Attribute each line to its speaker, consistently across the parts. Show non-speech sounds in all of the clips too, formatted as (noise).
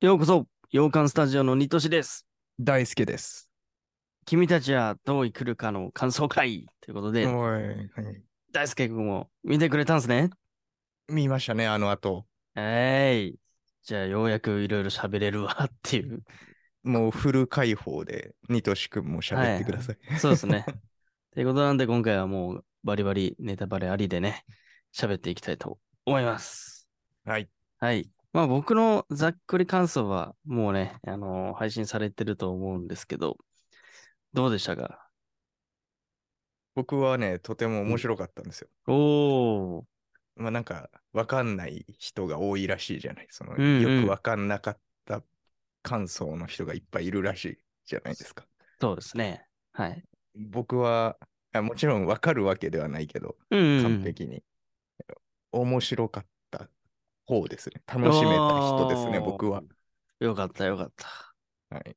Speaker 1: ようこそ、洋館スタジオのニトシです。
Speaker 2: 大輔です。
Speaker 1: 君たちはどう生きるかの感想会ということ
Speaker 2: おい、
Speaker 1: で、
Speaker 2: はい。
Speaker 1: 大輔君も見てくれたんですね。
Speaker 2: 見ましたね、あの後。
Speaker 1: えい。じゃあ、ようやくいろいろ喋れるわっていう。
Speaker 2: もうフル解放で、ニトシ君も喋ってください。
Speaker 1: そうです (laughs) ね。ということなんで、今回はもうバリバリネタバレありでね、喋っていきたいと思います。
Speaker 2: はい。
Speaker 1: はい。まあ僕のざっくり感想はもうね、あのー配信されてると思うんですけど、どうでしたか
Speaker 2: 僕はね、とても面白かったんですよ。
Speaker 1: おー。
Speaker 2: まあなんか、わかんない人が多いらしいじゃない。その、
Speaker 1: うんうん
Speaker 2: よくわかんなかった感想の人がいっぱいいるらしいじゃないですか。
Speaker 1: そうですね。はい。
Speaker 2: 僕は、あもちろんわかるわけではないけど、
Speaker 1: うんうん、
Speaker 2: 完璧に。面白かった方ですね。楽しめた人ですね、
Speaker 1: おー
Speaker 2: 僕は。。
Speaker 1: よかった、よかった。
Speaker 2: はい。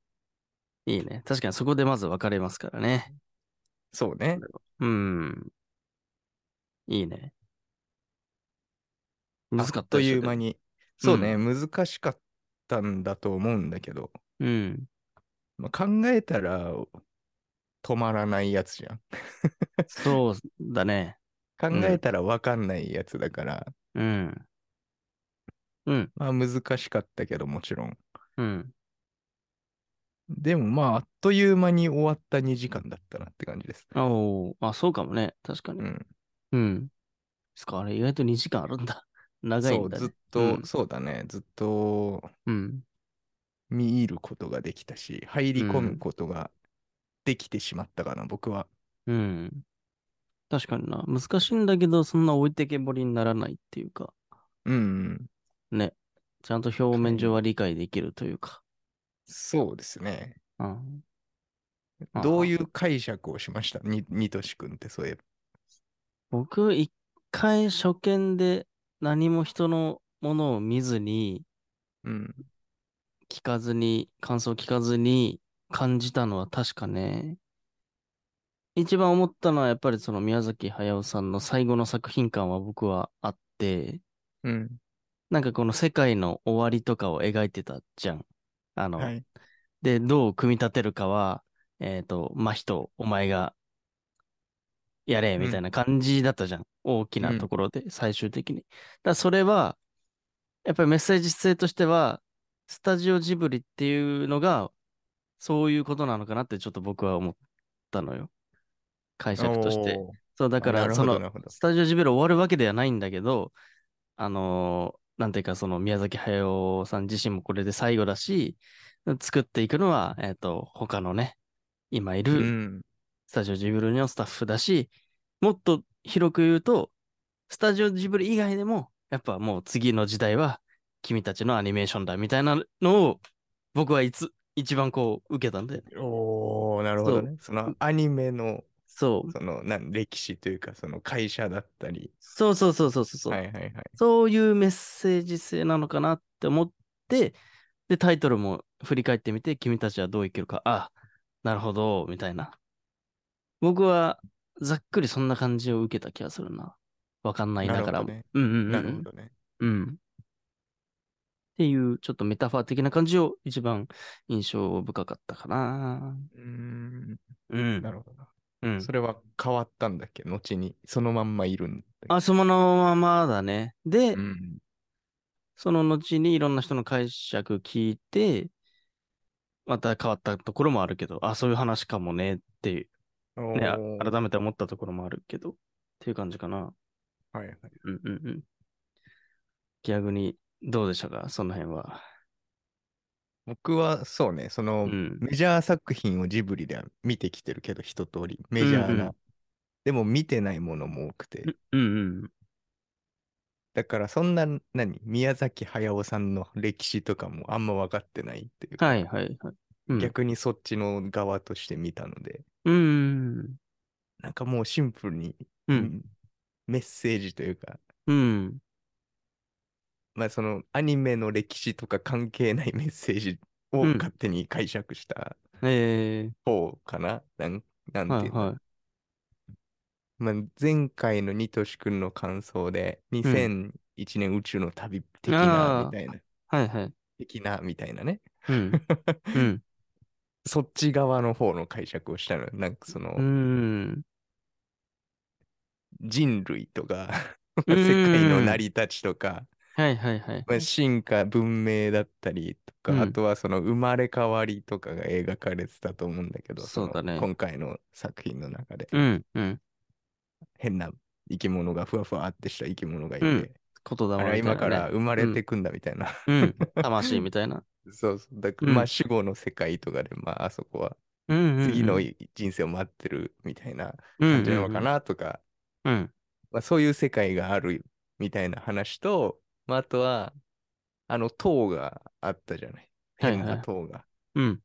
Speaker 1: いいね。確かにそこでまず分かれますからね。
Speaker 2: そうね。
Speaker 1: うん。いいね。難か
Speaker 2: あ
Speaker 1: っ
Speaker 2: ったと
Speaker 1: でし
Speaker 2: い
Speaker 1: ょ
Speaker 2: う間に。そうね、難しかったんだと思うんだけど、
Speaker 1: でもうん。
Speaker 2: まあ、考えたら止まらないやつじゃん。
Speaker 1: そうだね。
Speaker 2: 考えたら分かんないやつだから、
Speaker 1: うん。うん。
Speaker 2: まあ難しかったけどもちろん。
Speaker 1: うん。
Speaker 2: でもまああっという間に終わった2時間だったなって感じです。
Speaker 1: あおーあ、そうかもね。確かに。
Speaker 2: う
Speaker 1: うん。
Speaker 2: ん、
Speaker 1: ですか、あれ、意外と2時間あるんだ。 (laughs) 長い
Speaker 2: そ
Speaker 1: ん
Speaker 2: う、
Speaker 1: だ、ね。
Speaker 2: ずっと、
Speaker 1: うん
Speaker 2: そうだね、ずっと
Speaker 1: うん。
Speaker 2: 見入ることができたし、入り込むことができてしまったかな、僕は。
Speaker 1: うん。確かにな。難しいんだけど、そんな置いてけぼりにならないっていうか、
Speaker 2: うんうん、
Speaker 1: ね。ちゃんと表面上は理解できるというか。
Speaker 2: そうですね。
Speaker 1: うん。
Speaker 2: どういうう解釈をしましたに、にとしくんってそういえば。
Speaker 1: 僕、一回初見で何も人のものを見ずに、
Speaker 2: うん。
Speaker 1: 聞かずに、感想聞かずに感じたのは確かね、一番思ったのはやっぱりその宮崎駿さんの最後の作品感は僕はあって、
Speaker 2: うん。
Speaker 1: なんかこの世界の終わりとかを描いてたじゃん。あの、
Speaker 2: はい。
Speaker 1: で、どう組み立てるかは、えっ、と、真人、お前がやれ、
Speaker 2: うん
Speaker 1: みたいな感じだったじゃん。大きなところで、最終的に。だからそれは、やっぱりメッセージ性としては、スタジオジブリっていうのが、そういうことなのかなってちょっと僕は思ったのよ。解釈として。
Speaker 2: おー
Speaker 1: そう、だか
Speaker 2: な
Speaker 1: ら、
Speaker 2: る
Speaker 1: そ
Speaker 2: ほど
Speaker 1: の
Speaker 2: なるほ、ど
Speaker 1: スタジオジブリ終わるわけではないんだけど、あのーなんていうか、その、宮崎駿さん自身もこれで最後だし、作っていくのは、えっ、と、他のね、今いうる
Speaker 2: ん。
Speaker 1: スタジオジブリのスタッフだし、もっと広く言うと、スタジオジブリ以外でも、やっぱもう次の時代は君たちのアニメーションだみたいなのを、僕はいつ、一番こう受けたんで。
Speaker 2: おおなるほどね。そのアニメの、
Speaker 1: そう。
Speaker 2: その、なん歴史というか、その会社だったり。
Speaker 1: そうそうそうそうそうそう、
Speaker 2: はいはいはい。
Speaker 1: そういうメッセージ性なのかなって思って、で、タイトルも振り返ってみて、君たちはどう生きるか、あ、なるほど、みたいな。僕は、ざっくりそんな感じを受けた気がするな。わかんないながらも。
Speaker 2: なる
Speaker 1: うんうんうんうん。
Speaker 2: なるほどね。
Speaker 1: うん。っていう、ちょっとメタファー的な感じを一番印象深かったかな。
Speaker 2: うーん。
Speaker 1: うん。
Speaker 2: なるほどな。
Speaker 1: うん、
Speaker 2: それは変わったんだっけ後に、そのまんまいるんだっ
Speaker 1: あ、そのままだね。で、
Speaker 2: けうん。
Speaker 1: その後にいろんな人の解釈聞いて、また変わったところもあるけど、あ、そういう話かもねっていう、
Speaker 2: お
Speaker 1: ね、あ
Speaker 2: ー
Speaker 1: 改めて思ったところもあるけど、っていう感じかな。
Speaker 2: はいはい。
Speaker 1: うんうんうん。逆に、どうでしたかその辺は。
Speaker 2: 僕はそうね、その、
Speaker 1: うん。
Speaker 2: メジャー作品をジブリでは見てきてるけど、一通り。メジャー
Speaker 1: うん
Speaker 2: な。
Speaker 1: うん
Speaker 2: でも見てないものも多くて。
Speaker 1: うんうん。
Speaker 2: だからそんな、何宮崎駿さんの歴史とかもあんま分かってないっていうか、
Speaker 1: はいはいはい。うん
Speaker 2: 逆にそっちの側として見たので、
Speaker 1: うんうん
Speaker 2: なんかもうシンプルに、
Speaker 1: うん。うん。
Speaker 2: うんメッセージというか、
Speaker 1: うん。
Speaker 2: まあそのアニメの歴史とか関係ないメッセージを
Speaker 1: うん
Speaker 2: 勝手に解釈した
Speaker 1: え
Speaker 2: 方かな、なんな
Speaker 1: え
Speaker 2: ん
Speaker 1: は
Speaker 2: て
Speaker 1: い
Speaker 2: いうの
Speaker 1: はい。
Speaker 2: まあ、前回のニトシ君の感想で、2001年宇宙の旅的なみたいな
Speaker 1: はいはい。
Speaker 2: 的な、みたいなね。 (laughs)
Speaker 1: うん。うん。
Speaker 2: そっち側の方の解釈をしたのよ。なんかその、
Speaker 1: うん。
Speaker 2: 人類とか、まあ世界の成り立ちとか、
Speaker 1: はいはいはい。
Speaker 2: まあ、進化文明だったりとか、
Speaker 1: うん
Speaker 2: あとはその生まれ変わりとかが描かれてたと思うんだけど、
Speaker 1: そうだね
Speaker 2: の今回の作品の中で、
Speaker 1: うん。うん。
Speaker 2: 変な生き物がふわふわってした生き物がいて、
Speaker 1: うん言霊
Speaker 2: あ
Speaker 1: みた
Speaker 2: れはい
Speaker 1: な、
Speaker 2: 今
Speaker 1: ね。
Speaker 2: から生まれてくんだみたいな。
Speaker 1: うん。魂みたいな。
Speaker 2: そうそう。だか
Speaker 1: うん
Speaker 2: まあ死後の世界とかで、まああそこは
Speaker 1: うんうんうん。
Speaker 2: 次の人生を待ってるみたいな
Speaker 1: 感
Speaker 2: 感じなのか。なとか、
Speaker 1: うん。
Speaker 2: まあ、そういう世界があるみたいな話と、まあ、あとは、あの塔があったじゃない。
Speaker 1: はい
Speaker 2: 変
Speaker 1: はい
Speaker 2: な塔が。
Speaker 1: うん。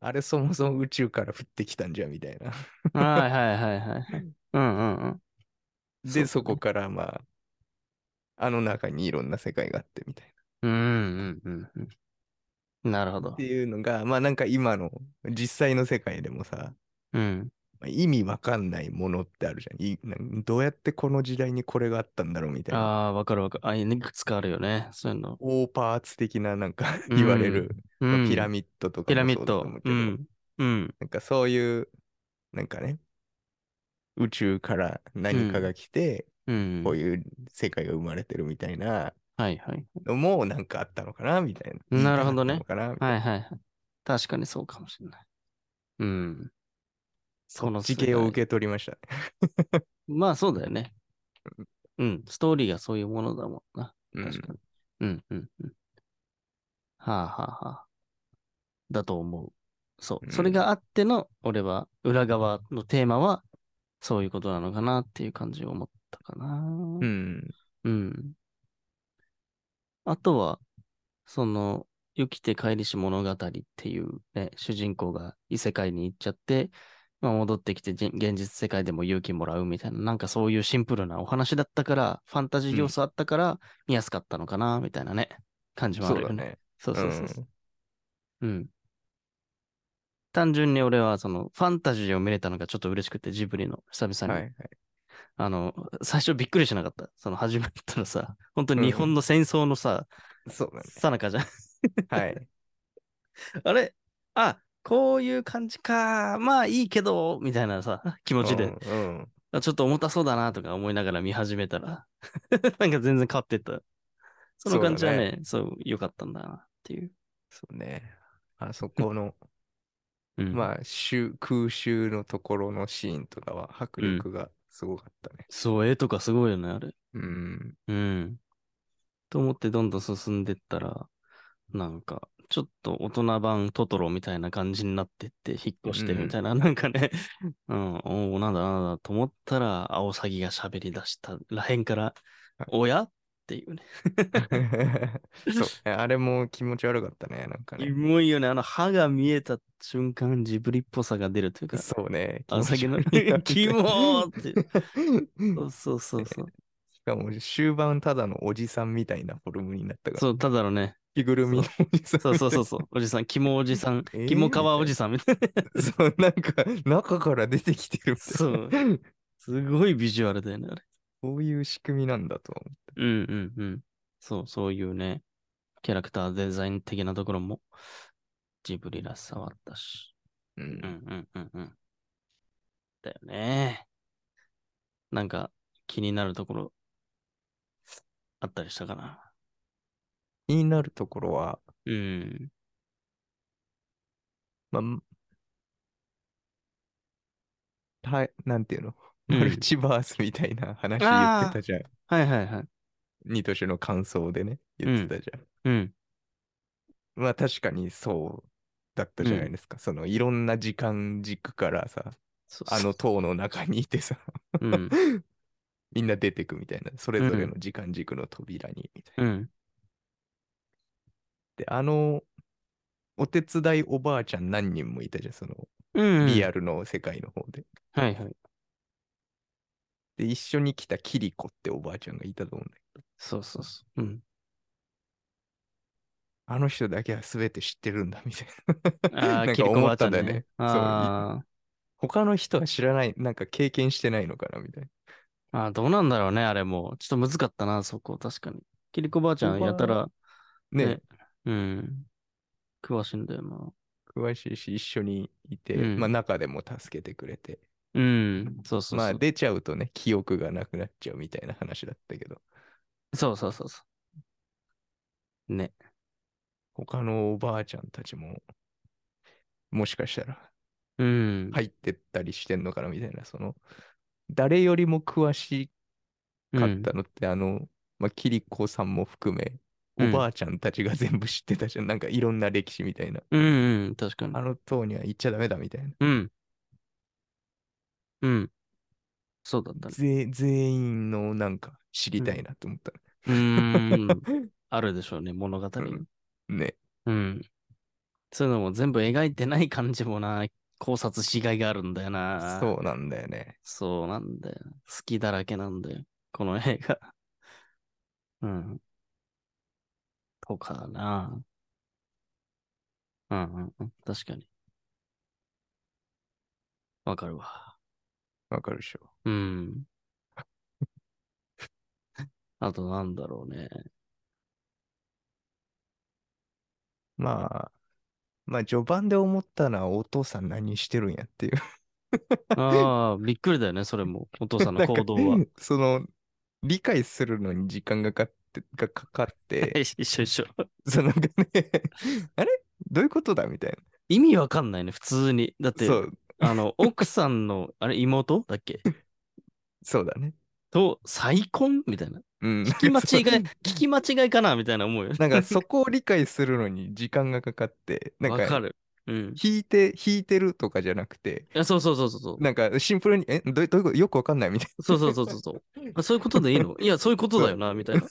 Speaker 2: あれそもそも宇宙から降ってきたんじゃみ
Speaker 1: (laughs)
Speaker 2: たいな。
Speaker 1: はいはいはいはい。うんうんうん。そうだ
Speaker 2: で、
Speaker 1: ね
Speaker 2: そこからまあ、あの中にいろんな世界があってみたい
Speaker 1: うんうんうんうん。なるほ
Speaker 2: な。っ
Speaker 1: ど
Speaker 2: て。いうのが、まあなんか今の実際の世界でもさ、
Speaker 1: うん。
Speaker 2: まあ意味わかんないものってあるじゃんいなん。どうやってこの時代にこれがあったんだろうみたい
Speaker 1: あ
Speaker 2: な。
Speaker 1: あ、わかるわかる。あ、いくつかあるよね。そういうの。
Speaker 2: オーパーツ的ななんか
Speaker 1: うん
Speaker 2: 言われる、まあ
Speaker 1: うん
Speaker 2: ピラミッドとか
Speaker 1: ピラ
Speaker 2: も
Speaker 1: ミ
Speaker 2: そ
Speaker 1: ッ
Speaker 2: うだと
Speaker 1: ド
Speaker 2: 思う。け
Speaker 1: う
Speaker 2: ど、
Speaker 1: ん。うん。
Speaker 2: なんかそういう、なんかね、宇宙から何かが来て、
Speaker 1: うん。
Speaker 2: こういう世界が生まれてるみたいな
Speaker 1: はいはい。
Speaker 2: のもなんかあったのかなみたいな。
Speaker 1: なるほどね
Speaker 2: いいかなあったのかなみたい
Speaker 1: は
Speaker 2: ない
Speaker 1: はいはい。確かにそうかもしれない。うん。この
Speaker 2: 地形を受
Speaker 1: け。
Speaker 2: け取りましたね。
Speaker 1: まあそうだよね。うん。ストーリーがそういうものだもんな。確かに。うんうんうん。はあはあはあ。だと思う。そう。それがあっての、俺は、裏側のテーマは、そういうことなのかなっていう感じを思ったかな。
Speaker 2: うん。うん。
Speaker 1: うん。あとは、その、生きて帰りし物語っていうね、主人公が異世界に行っちゃって、まあ、戻ってきてじん現実世界でも勇気もらうみたいな、なんかそういうシンプルなお話だったから、ファンタジー要素あったから見やすかったのかな、みたいなね、感じもあ
Speaker 2: そう
Speaker 1: るよ
Speaker 2: だ
Speaker 1: ね。
Speaker 2: ね。
Speaker 1: そうそうそうそう
Speaker 2: う。ん
Speaker 1: うん。単純に俺はそのファンタジーを見れたのがちょっと嬉しくて、ジブリの久々
Speaker 2: は
Speaker 1: に。
Speaker 2: いはい。
Speaker 1: あの、最初びっくりしなかった。その始まったらさ、本当に日
Speaker 2: うんう
Speaker 1: 本の戦争のさ、
Speaker 2: そうだね。
Speaker 1: さなかじゃん。 (laughs)
Speaker 2: はい。
Speaker 1: あれあ、こういう感じか。まあいいけど、みたいなさ、気持ちで、
Speaker 2: うん。うん
Speaker 1: あちょっと重たそうだなとか思いながら見始めたら、 (laughs) なんか全然変わってった。その感じは
Speaker 2: そうだ
Speaker 1: ね、そう、良かったんだなっていう。
Speaker 2: そうね。あそこの、
Speaker 1: うん、あ、
Speaker 2: まあ、周空襲のところのシーンとかは迫力がすごかったね。
Speaker 1: そう、絵とかすごいよね、あれ。 (laughs)
Speaker 2: うん。
Speaker 1: うん。と思ってどんどん進んでったら、なんか、ちょっと大人版トトロみたいな感じになってって、引っ越してみたいな、なんかね、 (laughs) うん、おお、なんだなんだと思ったら、アオサギが喋り出したらへんから、おやっていうね。
Speaker 2: そうね。あれも気持ち悪かったね。なんか
Speaker 1: キ
Speaker 2: ね。
Speaker 1: モいよね、あの歯が見えた瞬間、ジブリっぽさが出るというか、
Speaker 2: そうね。
Speaker 1: アオサギ
Speaker 2: (laughs)
Speaker 1: の、
Speaker 2: 気持ち悪い
Speaker 1: キモーっていう。そうそうそうそう。
Speaker 2: しかも終盤ただのおじさんみたいなフォルムになったから。
Speaker 1: そう、ただのね、
Speaker 2: 着ぐるみのおじさん。
Speaker 1: そうそうそうそう、おじさん、キモおじさん、
Speaker 2: えー
Speaker 1: キモカワおじさんみたいな。
Speaker 2: (laughs) そう、なんか中から出てきてるみたいな。
Speaker 1: すごいビジュアルだよね、あれ。
Speaker 2: こういう仕組みなんだと。
Speaker 1: うんうんうん。そう、そういうね、キャラクターデザイン的なところも、ジブリらしさはあったし。
Speaker 2: う
Speaker 1: うん
Speaker 2: ん。
Speaker 1: うんうんうん。だよね。なんか、気になるところ、あったりしたかな。
Speaker 2: 気になるところは、
Speaker 1: うん。
Speaker 2: まあ、たなんていうの
Speaker 1: うん
Speaker 2: マルチバースみたいな話言ってたじゃん。
Speaker 1: はいはいはい。
Speaker 2: ニトシの感想でね、言ってたじゃ
Speaker 1: う
Speaker 2: ん。
Speaker 1: ん。
Speaker 2: まあ確かにそうだったじゃないですか。そのいろんな時間軸からさ、
Speaker 1: そう
Speaker 2: あの、塔の中にいてさ、 (laughs)
Speaker 1: うん。
Speaker 2: みんな出てくみたいな、それぞれの時間軸の扉にみたいな。
Speaker 1: (laughs) うん。
Speaker 2: で、あの、お手伝いおばあちゃん何人もいたじゃん、その、
Speaker 1: うん。
Speaker 2: リアルの世界の方で。
Speaker 1: はいはい。
Speaker 2: で、一緒に来たキリコっておばあちゃんがいたと思うんだけ
Speaker 1: そうそうそう。うん。
Speaker 2: ど、あの人だけは全て知ってるんだ、み (laughs) たいな。
Speaker 1: あ (laughs) あ、
Speaker 2: なん
Speaker 1: キ
Speaker 2: か
Speaker 1: リコ
Speaker 2: 思
Speaker 1: ばあ
Speaker 2: っ
Speaker 1: ちゃん
Speaker 2: たんだよね。そう
Speaker 1: あ
Speaker 2: 他の人は知らない、なんか経験してないのかな、みたいな。
Speaker 1: あ。ああ、どうなんだろうね、あれも。ちょっと難かったな、そこ、確かに。キリコばあちゃん、やたら、
Speaker 2: ね、
Speaker 1: ねうん。詳しいんだよな。
Speaker 2: 詳しいし、一緒にいて、
Speaker 1: うん
Speaker 2: まあ中でも助けてくれて。
Speaker 1: うん。そうそうそう。
Speaker 2: まあ出ちゃうとね、記憶がなくなっちゃうみたいな話だったけど、
Speaker 1: そうそうそうそう。ね。
Speaker 2: 他のおばあちゃんたちも、もしかしたら
Speaker 1: うん。
Speaker 2: 入ってったりしてんのかなみたいな、その、誰よりも詳しかったのって、あの、まあ、キリコさんも含め、
Speaker 1: うん
Speaker 2: おばあちゃんたちが全部知ってたじゃん。なんかいろんな歴史みたいな。
Speaker 1: うん。うんうん。確かに
Speaker 2: あ。の塔には行っちゃダメだみたいな。
Speaker 1: うん。うん。そうだ
Speaker 2: (laughs)
Speaker 1: ったね。
Speaker 2: ぜ全員のなんか知りたいなと思った。
Speaker 1: うーん。あるでしょうね、物語が。
Speaker 2: うんね。
Speaker 1: うん。そういうのも全部描いてない感じもな、考察しがいがあるんだよな。
Speaker 2: そうなんだよね。
Speaker 1: そうなんだよ。好きだらけなんだよ。この映画。 (laughs) うん。とかだな。うんうんうん。確かに。わかるわ。
Speaker 2: わかるでしょ。
Speaker 1: うん。 (laughs) あとなんだろうね。
Speaker 2: まあ、まあ序盤で思ったのはお父さん何してるんやっていう。
Speaker 1: ああ、びっくりだよね、それも。お父さんの行動は。
Speaker 2: なんかその、理解するのに時間がかかって、がかかって、
Speaker 1: 一緒一緒。
Speaker 2: (laughs) そのなんかね、 (laughs) あれどういうことだみたい
Speaker 1: 意味わかんないね、普通に。だっ
Speaker 2: な。
Speaker 1: て
Speaker 2: そ、う、
Speaker 1: あの、奥さんの、あれ、妹だっけ
Speaker 2: そうだね。
Speaker 1: と、再婚みたいな。
Speaker 2: うん。
Speaker 1: 聞き間違い
Speaker 2: (laughs) そう、
Speaker 1: 聞き間違いかなみたいな思うよ。
Speaker 2: なんかそこを理解するのに時間がかかって、なん
Speaker 1: わか
Speaker 2: か、
Speaker 1: る。うん。
Speaker 2: 引いて、引いてるとかじゃなくて、
Speaker 1: いや、そうそうそうそうそう。
Speaker 2: なんかシンプルに、え、どうどういうことよくわかんないみたい
Speaker 1: そうそうそうそう
Speaker 2: (laughs)
Speaker 1: そう。あそういうことでいいのいや、そういうことだよな、みたいな。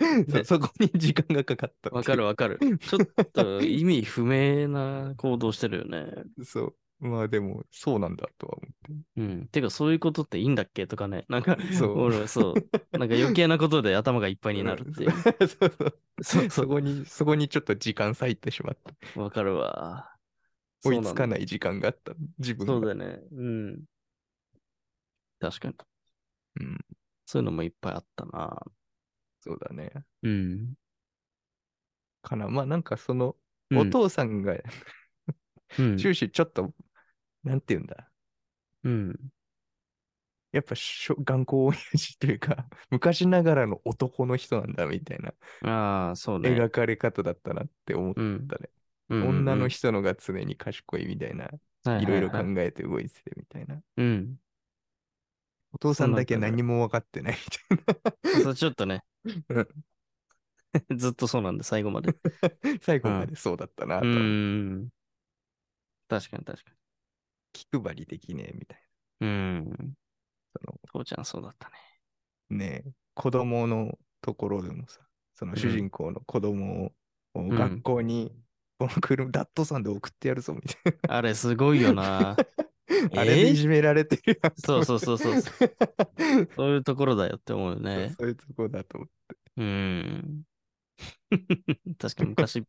Speaker 2: な。
Speaker 1: (laughs) ね
Speaker 2: そそこに時間がかかったっていう
Speaker 1: わかるわかる。ちょっと意味不明な行動してるよね。
Speaker 2: そう。まあでも、そうなんだとは思
Speaker 1: うん。てか、そういうことっていいんだっけとかね。なんか、
Speaker 2: う。そう。
Speaker 1: 俺はそう。なんか余計なことで頭がいっぱいになるっていう。
Speaker 2: うん (laughs) そうそう
Speaker 1: そう
Speaker 2: そ
Speaker 1: そ
Speaker 2: こに、そこにちょっと時間割いてしまった。
Speaker 1: う。 (laughs) わかるわ。
Speaker 2: 追いつか
Speaker 1: い。
Speaker 2: ない時間があった。自分
Speaker 1: そうだ
Speaker 2: が
Speaker 1: ね。うん。確かに。
Speaker 2: うん。
Speaker 1: そういうのもいっぱいあったな。
Speaker 2: そうだね。
Speaker 1: うん。
Speaker 2: かな。まあなんかその、お父さんが
Speaker 1: うん
Speaker 2: 終始ちょっと、なんて言うんだ。
Speaker 1: うん。
Speaker 2: やっぱしょ頑固親父というか、昔ながらの男の人なんだみたいな
Speaker 1: ああ、そうね。
Speaker 2: 描かれ方だったなって思った
Speaker 1: う
Speaker 2: ね。
Speaker 1: んうんうんうん
Speaker 2: 女の人のが常に賢いみたいな、
Speaker 1: はい
Speaker 2: ろいろ
Speaker 1: は
Speaker 2: 考
Speaker 1: は
Speaker 2: えて動いててみたいな。
Speaker 1: うん。
Speaker 2: お父さんだけ何も分かってないみたいな。
Speaker 1: そうちょっとね。 (laughs) ずっとそうなんで、最後まで。
Speaker 2: (laughs) 最後までそうだったな
Speaker 1: う
Speaker 2: とは思う。
Speaker 1: ん。確かに確か
Speaker 2: 気配りできねえみたい
Speaker 1: に。うん。
Speaker 2: な。
Speaker 1: 父ちゃんそうだったね。
Speaker 2: そのねえ子供のところでもさ、その主人公の子供を
Speaker 1: ん
Speaker 2: 学校に、この車、ダットさんで送ってやるぞみたい
Speaker 1: あれすごいよな。
Speaker 2: な。あれで
Speaker 1: え
Speaker 2: いじめられてるやんと
Speaker 1: そう
Speaker 2: 思って。
Speaker 1: そうそうそう。
Speaker 2: (laughs)
Speaker 1: そういうところだよって思うよね。
Speaker 2: そういうとこだと思
Speaker 1: うん。 (laughs) 確かに昔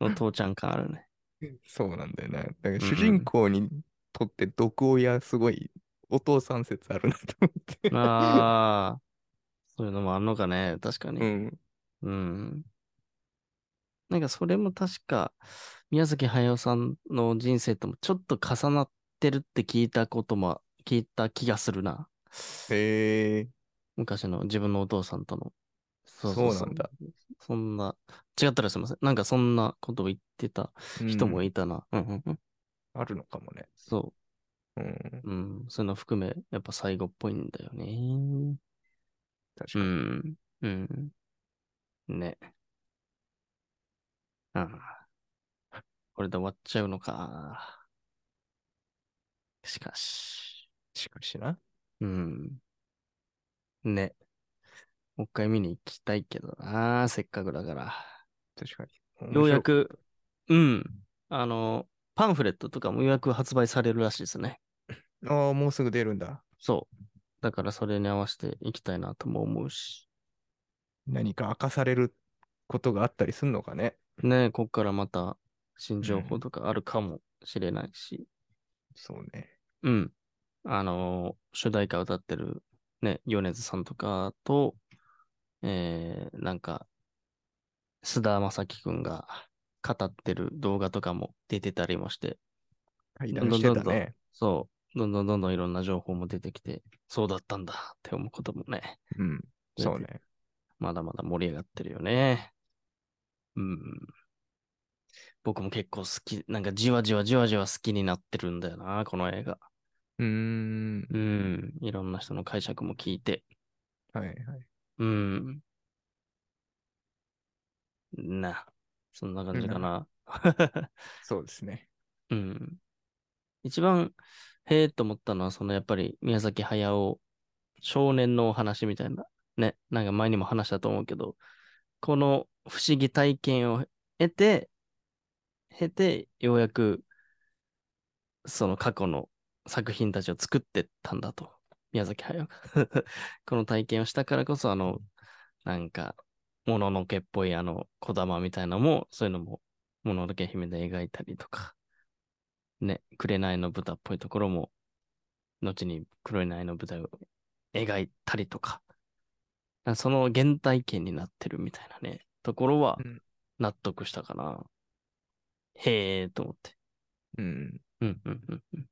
Speaker 1: の父ちゃん感あるね。
Speaker 2: う。そうなんだよな。だから主人公にとって毒親すごいお父さん説あるなと思って。
Speaker 1: ああ。そういうのもあんのかね。確かに。
Speaker 2: (laughs) うん。
Speaker 1: うん。なんかそれも確か、宮崎駿さんの人生ともちょっと重なってるって聞いたことも、聞いた気がするな。
Speaker 2: へえ、
Speaker 1: 昔の自分のお父さんとの。そ
Speaker 2: そうなんだ。
Speaker 1: そんな、違ったらすいません。なんかそんなことを言ってた人も
Speaker 2: うん
Speaker 1: いたな。うんうんうん。
Speaker 2: あるのかもね。
Speaker 1: そ
Speaker 2: うん。
Speaker 1: う。うん。そういうの含め、やっぱ最後っぽいんだよね。
Speaker 2: 確
Speaker 1: う
Speaker 2: かに。
Speaker 1: ん。うん。ね。うん。これで終わっちゃうのか。しかし。
Speaker 2: しかしな。
Speaker 1: うん。ね。もう一回見に行きたいけどな。せっかくだから。
Speaker 2: 確かに。
Speaker 1: ようやく、うん。あの、パンフレットとかもようやく発売されるらしいですね。
Speaker 2: 面白い。ああ、もうすぐ出るんだ。
Speaker 1: そう。だからそれに合わせていきたいなとも思うし。
Speaker 2: 何か明かされることがあったりすんのかね。
Speaker 1: ねこっからまた新情報とかあるかもしれないし、
Speaker 2: そうね。
Speaker 1: うん。あのー主題歌歌ってる、ね、米津さんとかと、えー、なんか、菅田将暉くんが語ってる動画とかも出てたりもして、
Speaker 2: 対談して
Speaker 1: ど
Speaker 2: た
Speaker 1: んどんどんどん
Speaker 2: ね。
Speaker 1: そう、どんどんどんどんいろんな情報も出てきて、そうだったんだって思うこともね、
Speaker 2: うん。そうね。
Speaker 1: まだまだ盛り上がってるよね。うん。僕も結構好き、なんかじわじわじわじわ好きになってるんだよな、この映画。
Speaker 2: うーん。
Speaker 1: うん。いろんな人の解釈も聞いて。
Speaker 2: はいはい。
Speaker 1: うん。な、そんな感じかな。 (laughs)
Speaker 2: そうですね。
Speaker 1: うん。一番、へえと思ったのは、そのやっぱり宮崎駿少年のお話みたいな、ね、なんか前にも話したと思うけど、この不思議体験を得て、経て、ようやく、その過去の作品たちを作ってったんだと。宮崎駿が。 (laughs) この体験をしたからこそ、あの、なんか、もののけっぽいあの、小玉みたいなのも、そういうのも、もののけ姫で描いたりとか、ね、紅の豚っぽいところも、後に紅の豚を描いたりとか、なんかその原体験になってるみたいなね、ところは
Speaker 2: うん
Speaker 1: 納得したかな。へえと思って。
Speaker 2: うん。
Speaker 1: うんうんうんうん。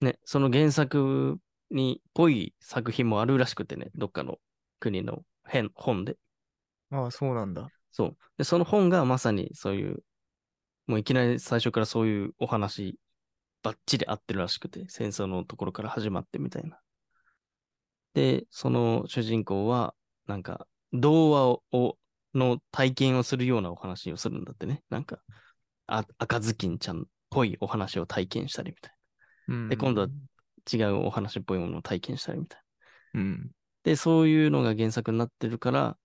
Speaker 1: ね、その原作に濃い作品もあるらしくてね、どっかの国の変本で。
Speaker 2: ああ、そうなんだ。
Speaker 1: そう。で、その本がまさにそういう、もういきなり最初からそういうお話、ばっちり合ってるらしくて、戦争のところから始まってみたいな。で、その主人公は、なんか、童話をを、の体験をするようなお話をするんだってね。なんか、あ赤ずきんちゃんっぽいお話を体験したりみたいな。で今度は違うお話っぽいものを体験したりみたいな。
Speaker 2: うん。
Speaker 1: で、そういうのが原作になってるから、っ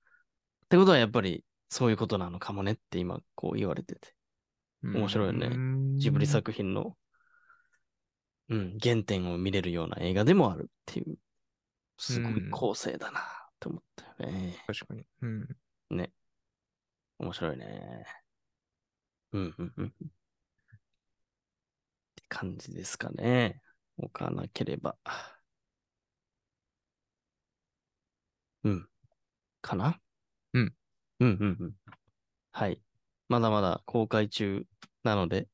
Speaker 1: てことはやっぱりそういうことなのかもねって今こう言われてて、
Speaker 2: うん
Speaker 1: 面白いよね
Speaker 2: うん
Speaker 1: ジブリ作品の、うん、原点を見れるような映画でもあるっていう、すごい構成だなと思ったよね。
Speaker 2: 確かに。うん。
Speaker 1: 面白いね。うんうんうん。って感じですかね。他なければ。うん。かな
Speaker 2: うん。
Speaker 1: うんうんうん。はい。まだまだ公開中なので、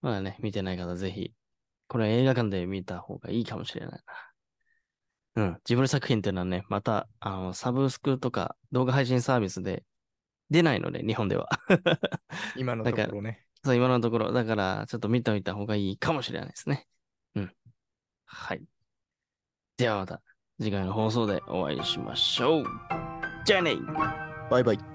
Speaker 1: まだね、見てない方ぜひ、これ映画館で見た方がいいかもしれないな。うん。ジブリ作品っていうのはね、また、あの、サブスクとか動画配信サービスで出ないので、日本では。
Speaker 2: 今の
Speaker 1: な
Speaker 2: と
Speaker 1: ん
Speaker 2: こ
Speaker 1: か
Speaker 2: ろね。
Speaker 1: そう、今のところ。だから、ちょっと見ておいた方がいいかもしれないですね。うん。はい。ではまた、次回の放送でお会いしましょう。じゃあね
Speaker 2: バイバイ。